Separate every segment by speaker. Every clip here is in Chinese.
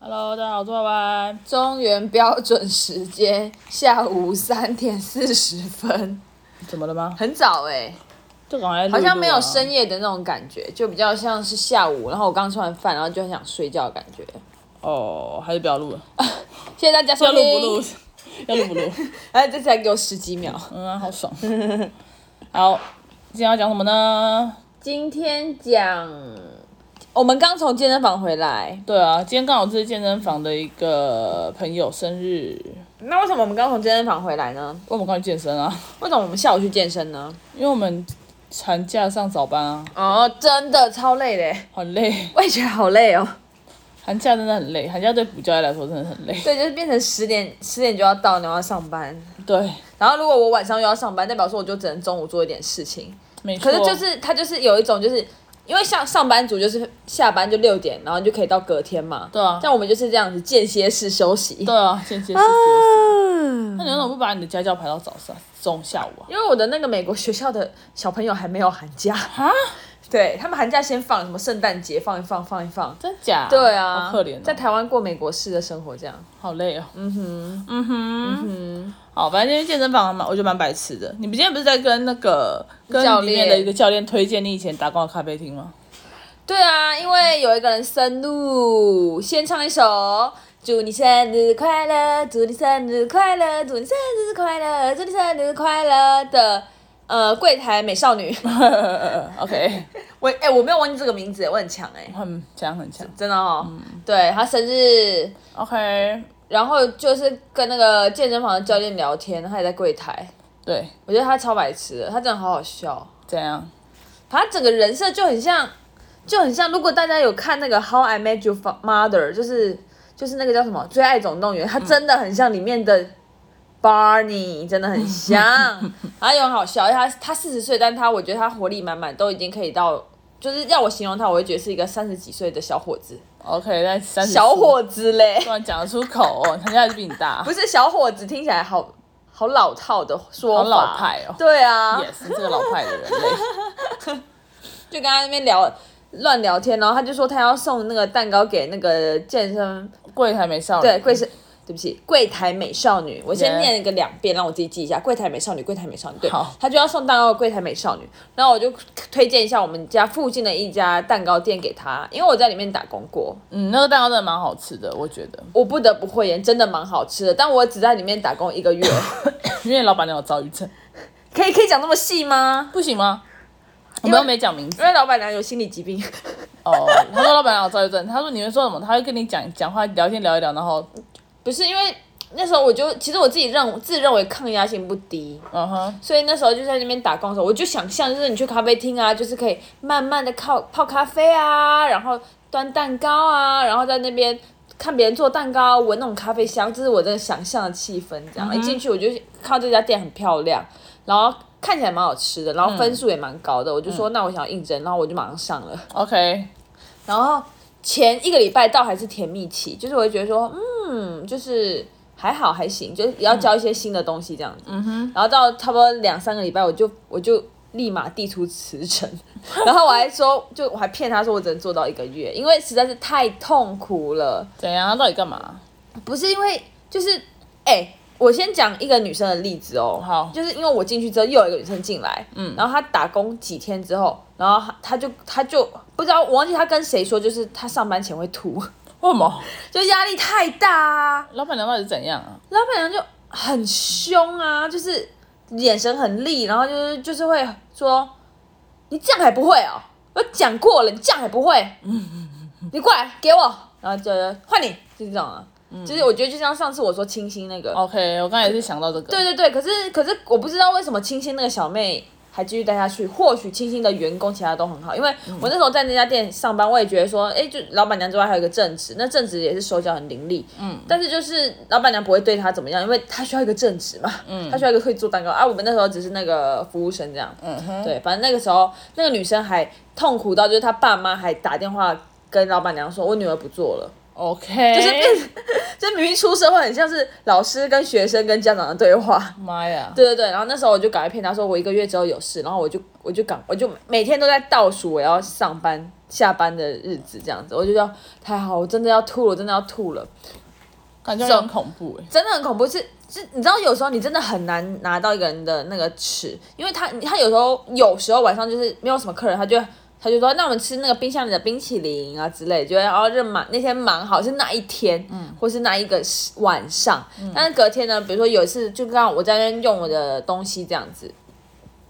Speaker 1: Hello，大家好，我是爸爸。
Speaker 2: 中原标准时间下午三点四十分，
Speaker 1: 怎么了吗？
Speaker 2: 很早哎、
Speaker 1: 就赶快录一录啊
Speaker 2: 好像没有深夜的那种感觉，就比较像是下午，然后我刚吃完饭，然后就很想睡觉的感觉。
Speaker 1: 哦，还是不要录了，
Speaker 2: 哎谢谢大家
Speaker 1: 要
Speaker 2: 收
Speaker 1: 录
Speaker 2: 听，
Speaker 1: 不录？ 要录不录？
Speaker 2: 哎，这才给我十几秒。
Speaker 1: 嗯、啊，好 爽。好，今天要讲什么呢？
Speaker 2: 今天讲，我们刚从健身房回来。
Speaker 1: 对啊，今天刚好是健身房的一个朋友生日，
Speaker 2: 那为什么我们刚从健身房回来呢？
Speaker 1: 为我们刚去健身啊，
Speaker 2: 为什么我们下午去健身呢？
Speaker 1: 因为我们寒假上早班啊，
Speaker 2: 哦，真的超累的，
Speaker 1: 很累，
Speaker 2: 我也觉得好累哦。
Speaker 1: 寒假真的很累，寒假对补教业来说真的很累。
Speaker 2: 对，就是变成十点，十点就要到，然后要上班。
Speaker 1: 对，
Speaker 2: 然后如果我晚上又要上班，代表说我就只能中午做一点事情。
Speaker 1: 没错。
Speaker 2: 可是就是他就是有一种就是。因为像上班族就是下班就六点，然后就可以到隔天嘛。
Speaker 1: 对啊
Speaker 2: 像我们就是这样子间歇式休息。
Speaker 1: 对啊，间歇式休息。那你为什么不把你的家教排到早上、中下午啊？
Speaker 2: 因为我的那个美国学校的小朋友还没有寒假，
Speaker 1: 啊？
Speaker 2: 对他们寒假先放什么圣诞节放一放放一放。
Speaker 1: 真假？
Speaker 2: 对啊，
Speaker 1: 好可怜、哦，
Speaker 2: 在台湾过美国式的生活这样。
Speaker 1: 好累哦。嗯哼，嗯哼，嗯哼。好，反正今天健身房嘛，我觉得蛮白痴的。你们今天不是在跟那个跟
Speaker 2: 教
Speaker 1: 里面
Speaker 2: 练
Speaker 1: 的一个教练推荐你以前打工的咖啡厅吗？
Speaker 2: 对啊，因为有一个人生日，先唱一首。祝你生日快乐，祝你生日快乐，祝你生日快乐，祝你生日快乐的，呃，柜台美少 女。
Speaker 1: 呃，OK，
Speaker 2: 我哎、我没有忘记这个名字，我很强哎、
Speaker 1: 很强很强。
Speaker 2: 真的哦。对她生日，
Speaker 1: OK，
Speaker 2: 然后就是跟那个健身房的教练聊天，她也在柜台。
Speaker 1: 对，
Speaker 2: 我觉得她超白痴的，她真的好好笑。
Speaker 1: 怎样？
Speaker 2: 他整个人设就很像，就很像。如果大家有看那个《How I Met Your Fa- Mother》，就是就是那个叫什么《最爱总动
Speaker 1: 嗯
Speaker 2: 员》，他真的很像里面的 Barney，真的很像。 然后又很好笑，因为他他四十岁，但他我觉得他活力满满，都已经可以到，就是要我形容他，我会觉得是一个三十几岁的小伙子，
Speaker 1: OK，那三十
Speaker 2: 小伙子嘞
Speaker 1: 突，然讲得出口、哦，人家还是比你大
Speaker 2: 不。是小伙子，听起来好好老套的说法，
Speaker 1: 好老派哦
Speaker 2: 对啊，
Speaker 1: 也是这个老派的人 类。
Speaker 2: 就跟他那边聊乱聊天，然后他就说他要送那个蛋糕给那个健身
Speaker 1: 柜台美少女，
Speaker 2: 对柜是。对不起，柜台美少女，我先
Speaker 1: Yeah
Speaker 2: 念一个两遍，让我自己记一下。柜台美少女，柜台美少女，对
Speaker 1: 好，
Speaker 2: 他就要送蛋糕给柜台美少女，然后我就推荐一下我们家附近的一家蛋糕店给他，因为我在里面打工过，
Speaker 1: 嗯，那个蛋糕真的蛮好吃的，我觉得，
Speaker 2: 我不得不讳言，真的蛮好吃的，但我只在里面打工一个月，
Speaker 1: 因为老板娘有躁郁症，
Speaker 2: 可以可以讲那么细吗？
Speaker 1: 不行吗？我们又没讲名字。
Speaker 2: 因为老板娘有心理疾病，
Speaker 1: 哦，他说老板娘有躁郁症，他说你们说什么，他会跟你讲讲话，聊天聊一聊，然后，
Speaker 2: 不是因为那时候我就其实我自己认自认为抗压性不低，
Speaker 1: 嗯哼，
Speaker 2: 所以那时候就在那边打工的时候，我就想象就是你去咖啡厅啊，就是可以慢慢的靠泡咖啡啊，然后端蛋糕啊，然后在那边看别人做蛋糕，啊闻那种咖啡香，这是我的想象的气氛。这样、一进去我就看到这家店很漂亮，然后看起来蛮好吃的，然后分数也蛮高的，我就说那我想要应征，然后我就马上上了。
Speaker 1: ，OK，
Speaker 2: 然后前一个礼拜到还是甜蜜期，就是我会觉得说，嗯，就是还好还行，就是也要教一些新的东西这样子。嗯哼。然后到差不多两三个礼拜，我就我就立马递出辞呈， 然后我还说，就我还骗他说我只能做到一个月，因为实在是太痛苦了。
Speaker 1: 怎样？他到底干嘛？
Speaker 2: 不是因为就是哎、我先讲一个女生的例子哦。
Speaker 1: 好
Speaker 2: 就是因为我进去之后又有一个女生进来，嗯，然后她打工几天之后，然后她她就她就不知道我忘记她跟谁说，就是她上班前会吐，
Speaker 1: 为什么？
Speaker 2: 就压力太大啊。
Speaker 1: 老板娘到底是怎样啊？
Speaker 2: 老板娘就很凶啊，就是眼神很厉，然后就是就是会说你这样还不会哦，我讲过了，你这样还不会，你过来给我，然后就换你，就是这种啊。就是我觉得就像上次我说清新那个，
Speaker 1: ？OK，我刚才也是想到这个，
Speaker 2: 对对对，可是可是我不知道为什么清新那个小妹还继续待下去。或许清新的员工其他都很好，因为我那时候在那家店上班，我也觉得说，哎，就老板娘之外还有一个正职，那正职也是手脚很伶俐，嗯，但是就是老板娘不会对她怎么样，因为她需要一个正职嘛，嗯，她需要一个会做蛋糕啊。我们那时候只是那个服务生这样，嗯哼，对，反正那个时候那个女生还痛苦到就是她爸妈还打电话。跟老板娘说，我女儿不做了。
Speaker 1: OK，
Speaker 2: 就是变，就明明出社会很像是老师跟学生跟家长的对话。
Speaker 1: 妈呀，
Speaker 2: 对对对，然后那时候我就赶快骗他说我一个月之后有事，然后我就我就赶我就每天都在倒数我要上班下班的日子这样子，我就要太好，我真的要吐了，我真的要吐了，
Speaker 1: 感觉很恐怖哎、
Speaker 2: 真的很恐怖。是是，你知道有时候你真的很难拿到一个人的那个尺，因为他他有时候有时候晚上就是没有什么客人，他就。他就说：“那我们吃那个冰箱里的冰淇淋啊之类，就会然后就忙那天忙好是那一天，或是那一个时晚上。但是隔天呢，比如说有一次就刚好我在那边用我的东西这样子，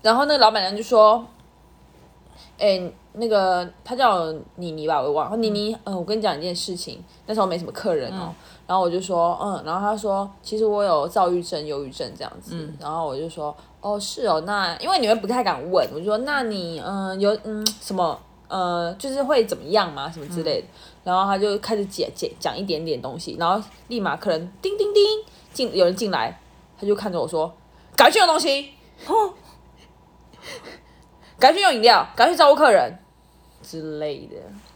Speaker 2: 然后那个老板娘就说：‘哎、那个她叫妮妮吧，我忘了。妮妮，嗯、我跟你讲一件事情，那时候没什么客人哦。然后我就说：‘嗯。’然后她说：‘其实我有躁郁症、忧郁症这样子。然后我就说：‘哦，是哦，那因为你们不太敢问，我就说那你嗯、呃有嗯什么呃就是会怎么样吗？什么之类的，然后他就开始解解讲一点点东西，然后立马客人叮叮叮进有人进来，他就看着我说赶快去用东西，赶快去用饮料，赶快去招呼客人之类的，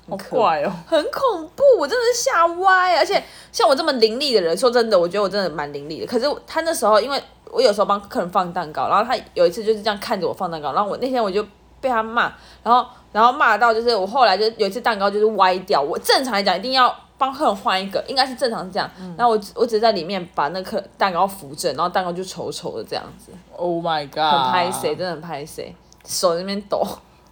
Speaker 1: 好
Speaker 2: 很可
Speaker 1: 怪哦、
Speaker 2: 很恐怖，我真的是吓歪。啊而且像我这么伶俐的人，说真的，我觉得我真的蛮伶俐的。可是他那时候，因为我有时候帮客人放蛋糕，然后他有一次就是这样看着我放蛋糕，然后我那天我就被他骂，然后然后骂到就是我后来就有一次蛋糕就是歪掉，我正常来讲一定要。帮客人换一个，应该是正常是这样。然后我只我只是在里面把那客蛋糕扶正，然后蛋糕就稠稠的这样子，
Speaker 1: Oh my
Speaker 2: 很
Speaker 1: god，
Speaker 2: 拍谁、真的很拍谁，手在那边抖。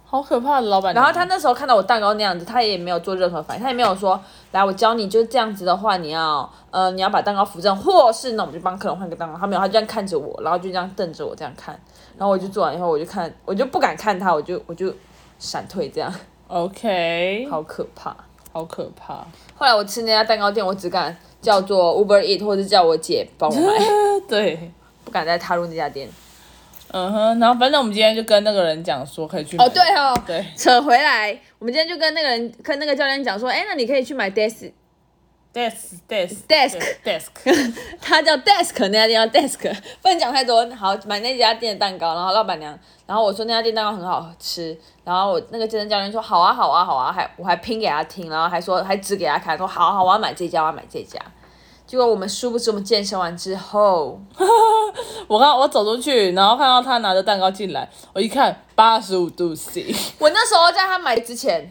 Speaker 1: 好可怕的老板娘。
Speaker 2: 然后他那时候看到我蛋糕那样子，他也没有做任何反应，他也没有说来我教你就是这样子的话，你要呃你要把蛋糕扶正，或是呢我们就帮客人换个蛋糕。他没有，他就这样看着我，然后就这样瞪着我这样看，然后我就做完以后我就看我就不敢看他，我就我就闪退这 样，
Speaker 1: OK，好
Speaker 2: 好可怕。
Speaker 1: 好可怕。
Speaker 2: 后来我吃那家蛋糕店，我只敢叫做 Uber Eat 或者叫我姐帮我买，
Speaker 1: 对，
Speaker 2: 不敢再踏入那家店。
Speaker 1: 嗯哼，然后反正我们今天就跟那个人讲说可以去买。
Speaker 2: 哦对哦，
Speaker 1: 对，
Speaker 2: 扯回来，我们今天就跟那个人跟那个教练讲说，哎，那你可以去买 Desk
Speaker 1: desk desk
Speaker 2: Desk。
Speaker 1: desk，
Speaker 2: 它叫 desk，那家店叫 desk，不能讲太多。好，买那家店的蛋糕，然后老板娘，然后我说那家店蛋糕很好吃，然后我那个健身教练说好啊好啊好啊，还我还拼给他听，然后还说还指给他看，说好啊好啊我要买这家我要买这家。结果我们殊不知我们健身完之后，
Speaker 1: 我刚我走出去，然后看到他拿着蛋糕进来，我一看八十五度 C，
Speaker 2: 我那时候在他买之前，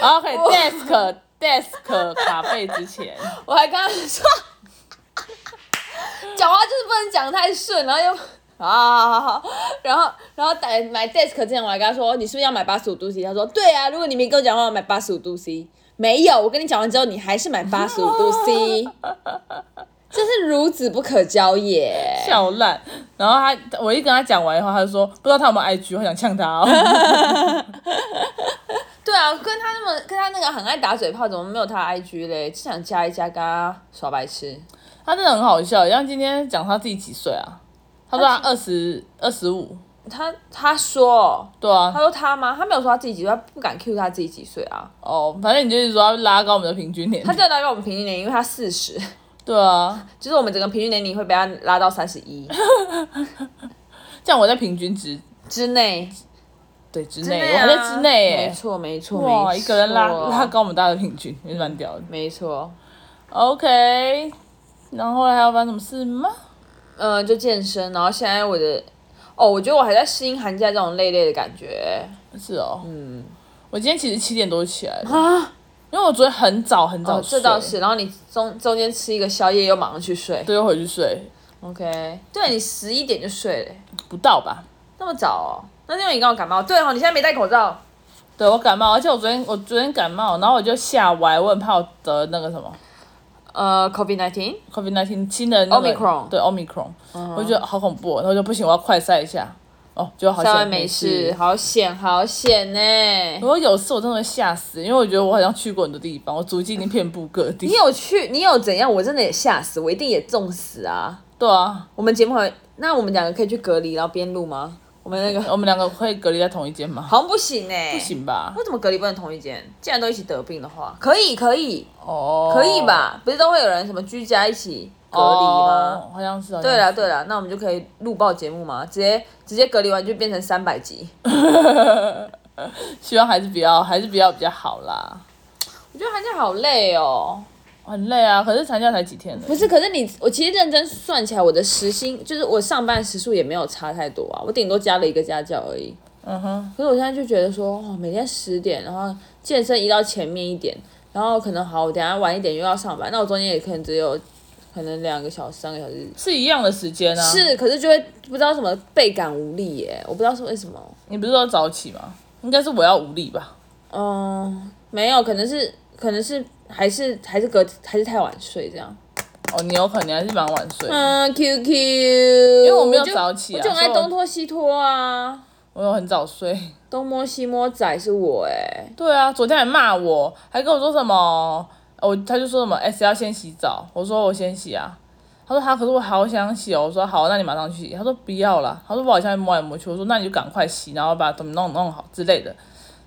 Speaker 1: 然后可以 desk desk 卡背之前，
Speaker 2: 我还跟他说，讲话就是不能讲太顺，然后又啊，好好好，然后然后买买 desk 之前，我还跟他说，你是不是要买八十五度 C？他说，对啊，如果你没跟我讲话，我买八十五度 C。没有，我跟你讲完之后，你还是买八十五度 C，真是孺子不可教也。
Speaker 1: 笑烂。然后他我一跟他讲完以后，他就说不知道他有没有 IG，我想呛他哦。
Speaker 2: 对啊，跟他那么跟他那个很爱打嘴炮，怎么没有他的 IG 嘞？只想加一加，跟他耍白痴。
Speaker 1: 他真的很好笑，像今天讲他自己几岁啊？他说他二十二十五，
Speaker 2: 他他说，
Speaker 1: 对啊
Speaker 2: 他，说他吗？他没有说他自己几岁，他不敢 cue 他自己几岁啊。
Speaker 1: 哦，反正你就是说要拉高我们的平均年
Speaker 2: 他
Speaker 1: 龄，
Speaker 2: 真的拉高我们平均年龄，因为他四十，
Speaker 1: 对啊，
Speaker 2: 就是我们整个平均年龄会被他拉到三十一
Speaker 1: 这样我在平均值
Speaker 2: 之内。
Speaker 1: 对之
Speaker 2: 之
Speaker 1: 内，
Speaker 2: 内
Speaker 1: 我
Speaker 2: 啊
Speaker 1: 还在之内耶
Speaker 2: 没。错，没错，
Speaker 1: 哇，
Speaker 2: 没
Speaker 1: 一
Speaker 2: 错
Speaker 1: 个人拉拉，高我们大家的平均，也是蛮屌的。
Speaker 2: 没错。
Speaker 1: OK，然后后来还要发生什么事吗？
Speaker 2: 嗯，就健身，然后现在我的，哦，我觉得我还在适应寒假这种累累的感觉。
Speaker 1: 是哦，
Speaker 2: 嗯
Speaker 1: 我今天其实七点多就起来了，
Speaker 2: 啊，
Speaker 1: 因为我昨天很早很早
Speaker 2: 哦，
Speaker 1: 睡，
Speaker 2: 这倒是。然后你中中间吃一个宵夜，又马上去睡。
Speaker 1: 对，又回去睡，
Speaker 2: OK，对你十一点就睡了，
Speaker 1: 不到吧？
Speaker 2: 那么早哦？那是因为你刚好感冒。对哦，你现在没戴口罩。
Speaker 1: 对我感冒，而且我昨天我昨天感冒，然后我就吓歪，我很怕我得那个什么
Speaker 2: 呃，COVID nineteen，
Speaker 1: COVID 1 9新的那个
Speaker 2: Omicron 嗯
Speaker 1: 对 Omicron，、我就觉得好恐怖哦、然后我就不行，我要快筛一下。哦，就好
Speaker 2: 稍微
Speaker 1: 像
Speaker 2: 没事，。好险，好险呢、
Speaker 1: 如果有事，我真的会吓死，因为我觉得我好像去过很多地方，我足迹已经遍布各地
Speaker 2: 你。有去？你有怎样？我真的也吓死，我一定也中死啊！
Speaker 1: 对啊，
Speaker 2: 我们节目还那我们两个可以去隔离，然后边录吗？我们那个
Speaker 1: 我们两个会隔离在同一间吗？
Speaker 2: 好像嗯不行呢、欸
Speaker 1: 不，行吧？
Speaker 2: 为什么隔离不能同一间？既然都一起得病的话，可以可以
Speaker 1: 哦，
Speaker 2: 可以？吧？不是都会有人什么居家一起隔离吗？
Speaker 1: 哦？好像是。好像是
Speaker 2: 对了，对了，那我们就可以录爆节目嘛，直接直接隔离完就变成三百集，
Speaker 1: 希望还是不要，还是不要比较好啦。
Speaker 2: 我觉得寒假好累哦。
Speaker 1: 很累啊，可是长假才几天呢？
Speaker 2: 不是，可是你我其实认真算起来，我的时薪就是我上班时数也没有差太多啊，我顶多加了一个家教而已。
Speaker 1: 嗯哼，
Speaker 2: 可是我现在就觉得说，哦，每天十点，然后健身移到前面一点，然后可能好，我等一下晚一点又要上班，那我中间也可能只有可能两个小时、三个小时。
Speaker 1: 是一样的时间啊。，
Speaker 2: 是，可是就会不知道什么倍感无力耶，我不知道是为什么。
Speaker 1: 你不是说早起吗？应该是我要无力吧？
Speaker 2: 嗯，没有，可能是可能是还是还是隔还是太晚睡这样。
Speaker 1: 哦，你有可能还是蛮晚睡的。
Speaker 2: 嗯，QQ，因为
Speaker 1: 我没有早起啊
Speaker 2: 我就很爱
Speaker 1: 所以我
Speaker 2: 东拖西拖啊，
Speaker 1: 我有很早睡。
Speaker 2: 东摸西摸仔是我哎、
Speaker 1: 对啊，昨天还骂我，还跟我说什么，呃我他就说什么 S 要先洗澡，我说我先洗啊。他说他可是我好想洗哦，我说好，那你马上去洗。他说不要啦，他说我好像摸来摸去，我说那你就赶快洗，然后把怎么弄弄好之类的。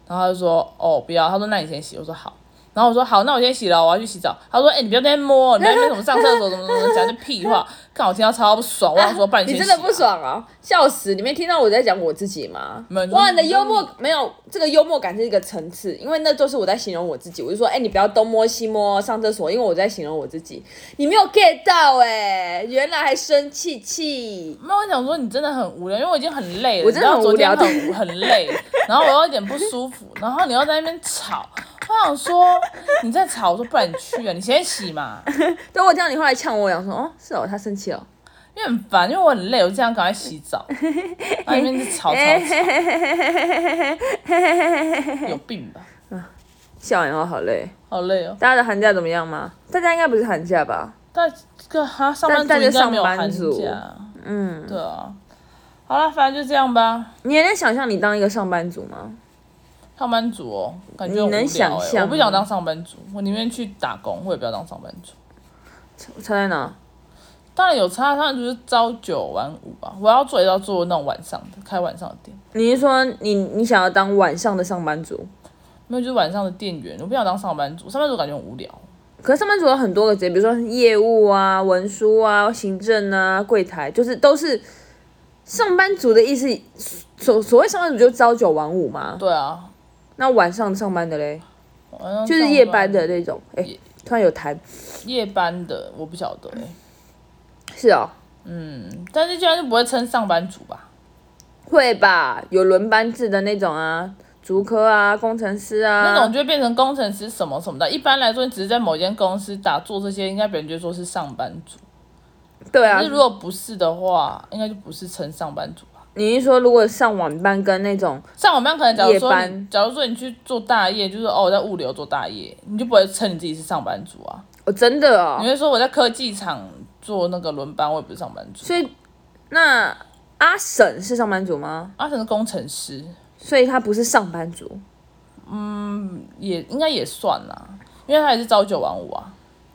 Speaker 1: 然后他就说哦不要，他说那你先洗，我说好。然后我说好，那我先洗了，我要去洗澡。他说哎、你不要在那边摸，你在那边怎么上厕所怎么怎么讲这屁话，看我听到超不爽，我想说半
Speaker 2: 你
Speaker 1: 先洗、啊。
Speaker 2: 真的不爽啊！笑死！你没听到我在讲我自己吗
Speaker 1: 没有？
Speaker 2: 哇，
Speaker 1: 你
Speaker 2: 你的幽默没有这个幽默感是一个层次，因为那都是我在形容我自己。我就说，哎、你不要东摸西摸上厕所，因为我在形容我自己。你没有 get 到哎、原来还生气气。
Speaker 1: 没有，我想说你真的很无聊，因为我已经很累了，
Speaker 2: 我真
Speaker 1: 你知
Speaker 2: 的
Speaker 1: 道
Speaker 2: 很
Speaker 1: 昨
Speaker 2: 无聊
Speaker 1: 天很很累，然后我又有点不舒服，然后你又在那边吵，我想说你在吵，我说不然你去啊，你先洗嘛，
Speaker 2: 对，我听到你后来呛我，我想说，哦，是哦，他生气了。
Speaker 1: 因为很烦，因为我很累，我就想赶快洗澡，然后一边就吵吵吵， 有病吧，
Speaker 2: 笑完以后好累。
Speaker 1: 好累哦。
Speaker 2: 大家的寒假怎么样吗？大家应该不是寒假吧？
Speaker 1: 但这个哈上班族
Speaker 2: 但
Speaker 1: 应该没有
Speaker 2: 上
Speaker 1: 寒
Speaker 2: 班族
Speaker 1: 假，
Speaker 2: 嗯，
Speaker 1: 对啊，好了，反正就这样吧。
Speaker 2: 你也能想象你当一个上班族吗？
Speaker 1: 上班族哦，感觉
Speaker 2: 你
Speaker 1: 很无聊、欸、
Speaker 2: 能想象
Speaker 1: 我不想
Speaker 2: 吗
Speaker 1: 当上班族，我宁愿去打工，我也不要当上班族。
Speaker 2: 差在哪？
Speaker 1: 当然有差，当然就是朝九晚五吧。我要做也要做那种晚上的，开晚上的店，
Speaker 2: 你是说你你想要当晚上的上班族？
Speaker 1: 没有就是晚上的店员。我不想当上班族，上班族感觉很无聊。
Speaker 2: 可是上班族有很多个职业，比如说业务啊、文书啊、行政啊、柜台，就是都是上班族的意思。所所谓上班族就是朝九晚五嘛。
Speaker 1: 对啊，
Speaker 2: 那晚上上班的嘞，
Speaker 1: 晚上
Speaker 2: 就是
Speaker 1: 上
Speaker 2: 夜班的那种。哎、
Speaker 1: 夜
Speaker 2: 突然有痰，
Speaker 1: 夜班的，我不晓得、欸、
Speaker 2: 是哦，
Speaker 1: 但是居然是不会称上班族吧？
Speaker 2: 会吧？有轮班制的那种啊，竹科啊、工程师啊，
Speaker 1: 那种就会变成工程师什么什么的。一般来说，你只是在某间公司打做这些，应该别人就会说是上班族。
Speaker 2: 对啊
Speaker 1: 可是。如果不是的话，应该就不是称上班族吧？
Speaker 2: 你是说如果上晚班跟那种
Speaker 1: 上晚班可能，假如
Speaker 2: 夜
Speaker 1: 说你，
Speaker 2: 班
Speaker 1: 假如说你去做大夜，就是哦，我在物流做大夜，你就不会称你自己是上班族啊。
Speaker 2: 哦，真的哦
Speaker 1: 你，会说我在科技厂做那个轮班，我也不是上班族。
Speaker 2: 所以那阿婶是上班族吗？
Speaker 1: 阿成啊是工程师，
Speaker 2: 所以他不是上班族。
Speaker 1: 也应该也算啦，因为他也是朝九晚五啊，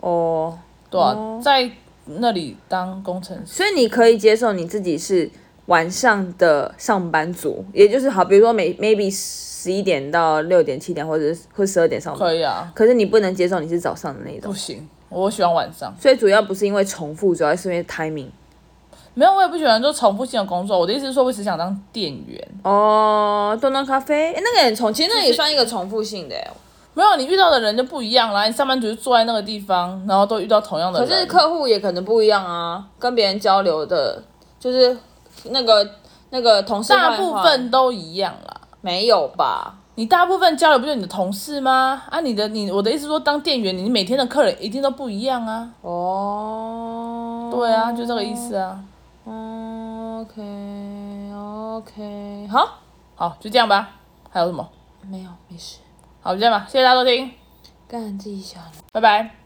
Speaker 2: 哦，
Speaker 1: 对啊，
Speaker 2: 哦
Speaker 1: 在那里当工程师。
Speaker 2: 所以你可以接受你自己是晚上的上班族，也就是好，比如说每 maybe 十一点到六点、七点，或者是或十二点上班。
Speaker 1: 可以哦啊，
Speaker 2: 可是你不能接受你是早上的那
Speaker 1: 不
Speaker 2: 种，
Speaker 1: 行，我喜欢晚上。
Speaker 2: 所以主要不是因为重复，主要是因为 timing。
Speaker 1: 没有，我也不喜欢做重复性的工作。我的意思是说，我只想当店员。
Speaker 2: 哦，东东咖啡，诶那个很重，其实那个也算一个重复性的耶。
Speaker 1: 没有，你遇到的人就不一样啦。你上班族就坐在那个地方，然后都遇到同样的
Speaker 2: 可
Speaker 1: 人。
Speaker 2: 是客户也可能不一样啊，跟别人交流的，就是那个那个同事
Speaker 1: 大
Speaker 2: 换一换
Speaker 1: 部分都一样啦。
Speaker 2: 没有吧？
Speaker 1: 你大部分交流不就是你的同事吗？啊，你的你我的意思是说，当店员，你每天的客人一定都不一样啊。
Speaker 2: 哦，
Speaker 1: 对啊，就这个意思啊。
Speaker 2: 哦。OK OK，好，
Speaker 1: 好，就这样吧。还有什么？
Speaker 2: 没有，没事，
Speaker 1: 好，就这样吧。谢谢大家收听，
Speaker 2: 干自己想。
Speaker 1: 拜拜。